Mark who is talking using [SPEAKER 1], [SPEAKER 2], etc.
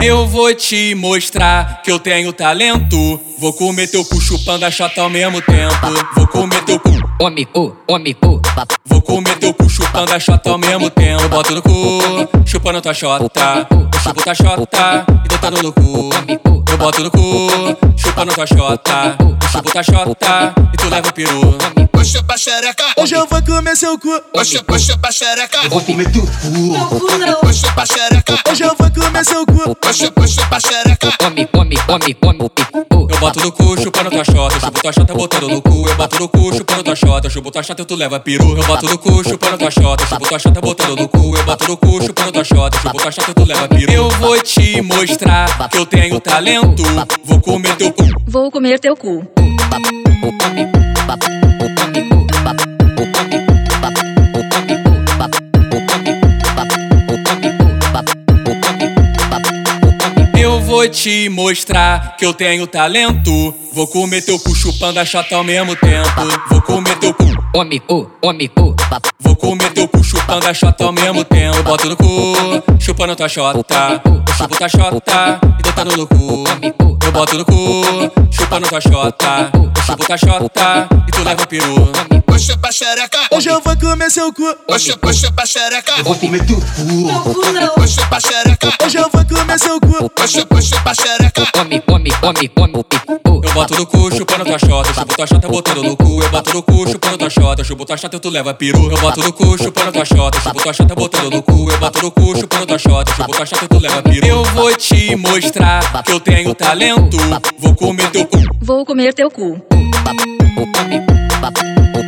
[SPEAKER 1] Eu vou te mostrar que eu tenho talento. Vou comer teu cu chupando a chata ao mesmo tempo. Vou comer teu cu.
[SPEAKER 2] Homem, ô, homem, ô, papo.
[SPEAKER 1] Vou comer teu cu chupando a chota ao mesmo tempo. Eu boto no cu, chupando tua chota. Eu chupo tua chota e deitado no cu. Eu boto no cu, chupando tua chota. Eu chupo tua chota e tu leva o peru.
[SPEAKER 3] Puxa pra xereca,
[SPEAKER 4] Hoje eu vou comer seu cu.
[SPEAKER 3] puxa, puxa pra xereca,
[SPEAKER 2] Vou comer teu cu.
[SPEAKER 3] puxa pra xereca,
[SPEAKER 4] Hoje eu vou comer seu cu.
[SPEAKER 3] puxa, puxa pra xereca,
[SPEAKER 2] Homem, homem, homem, homem, ô.
[SPEAKER 1] Eu boto no cu, chupando tua chota. Eu chupo tua chota botando no cu. Eu boto no cu, chupando tua chota. Eu chupo tua chota e tu leva peru. Eu boto no cu, chupando tua chota. Eu chupo tua chota botando no cu. Eu boto no cu, chupando tua chota. Eu chupo tua chota e tu leva peru. Eu vou te mostrar que eu tenho talento. Vou comer teu cu.
[SPEAKER 5] Vou comer teu cu.
[SPEAKER 1] Eu vou te mostrar que eu tenho talento. Vou comer teu cu chupando a chota ao mesmo tempo. Vou comer teu cu.
[SPEAKER 2] Homem, ô, homem, ô, papo.
[SPEAKER 1] Vou comer teu cu chupando a chota ao mesmo tempo. Eu boto no cu, chupando tua chota. Eu chupo tua chota e deitado no cu. Eu boto no cu, chupando tua chota. Eu chupo tua chota e tu leva o peru.
[SPEAKER 3] puxa pra xereca,
[SPEAKER 4] Hoje eu vou comer seu cu.
[SPEAKER 3] puxa, puxa pra xereca,
[SPEAKER 2] Vou comer teu cu.
[SPEAKER 3] puxa pra xereca,
[SPEAKER 4] Hoje eu vou comer seu cu.
[SPEAKER 3] puxa, puxa pra xereca,
[SPEAKER 2] Homem, homem, homem, homem, ô.
[SPEAKER 1] Eu boto no cu, chupando tua chota. Eu chupo tua chota botando no cu. Eu boto no cu, chupando tua chota. Eu chupo tua chota e tu leva peru. Eu boto no cu, chupando tua chota. Eu chupo tua chota botando no cu. Eu boto no cu, chupando tua chota. Eu chupo tua chota e tu leva peru. Eu vou te mostrar que eu tenho talento. Vou comer teu cu.
[SPEAKER 5] Vou comer teu cu.
[SPEAKER 2] Papo, homem, papo, ô.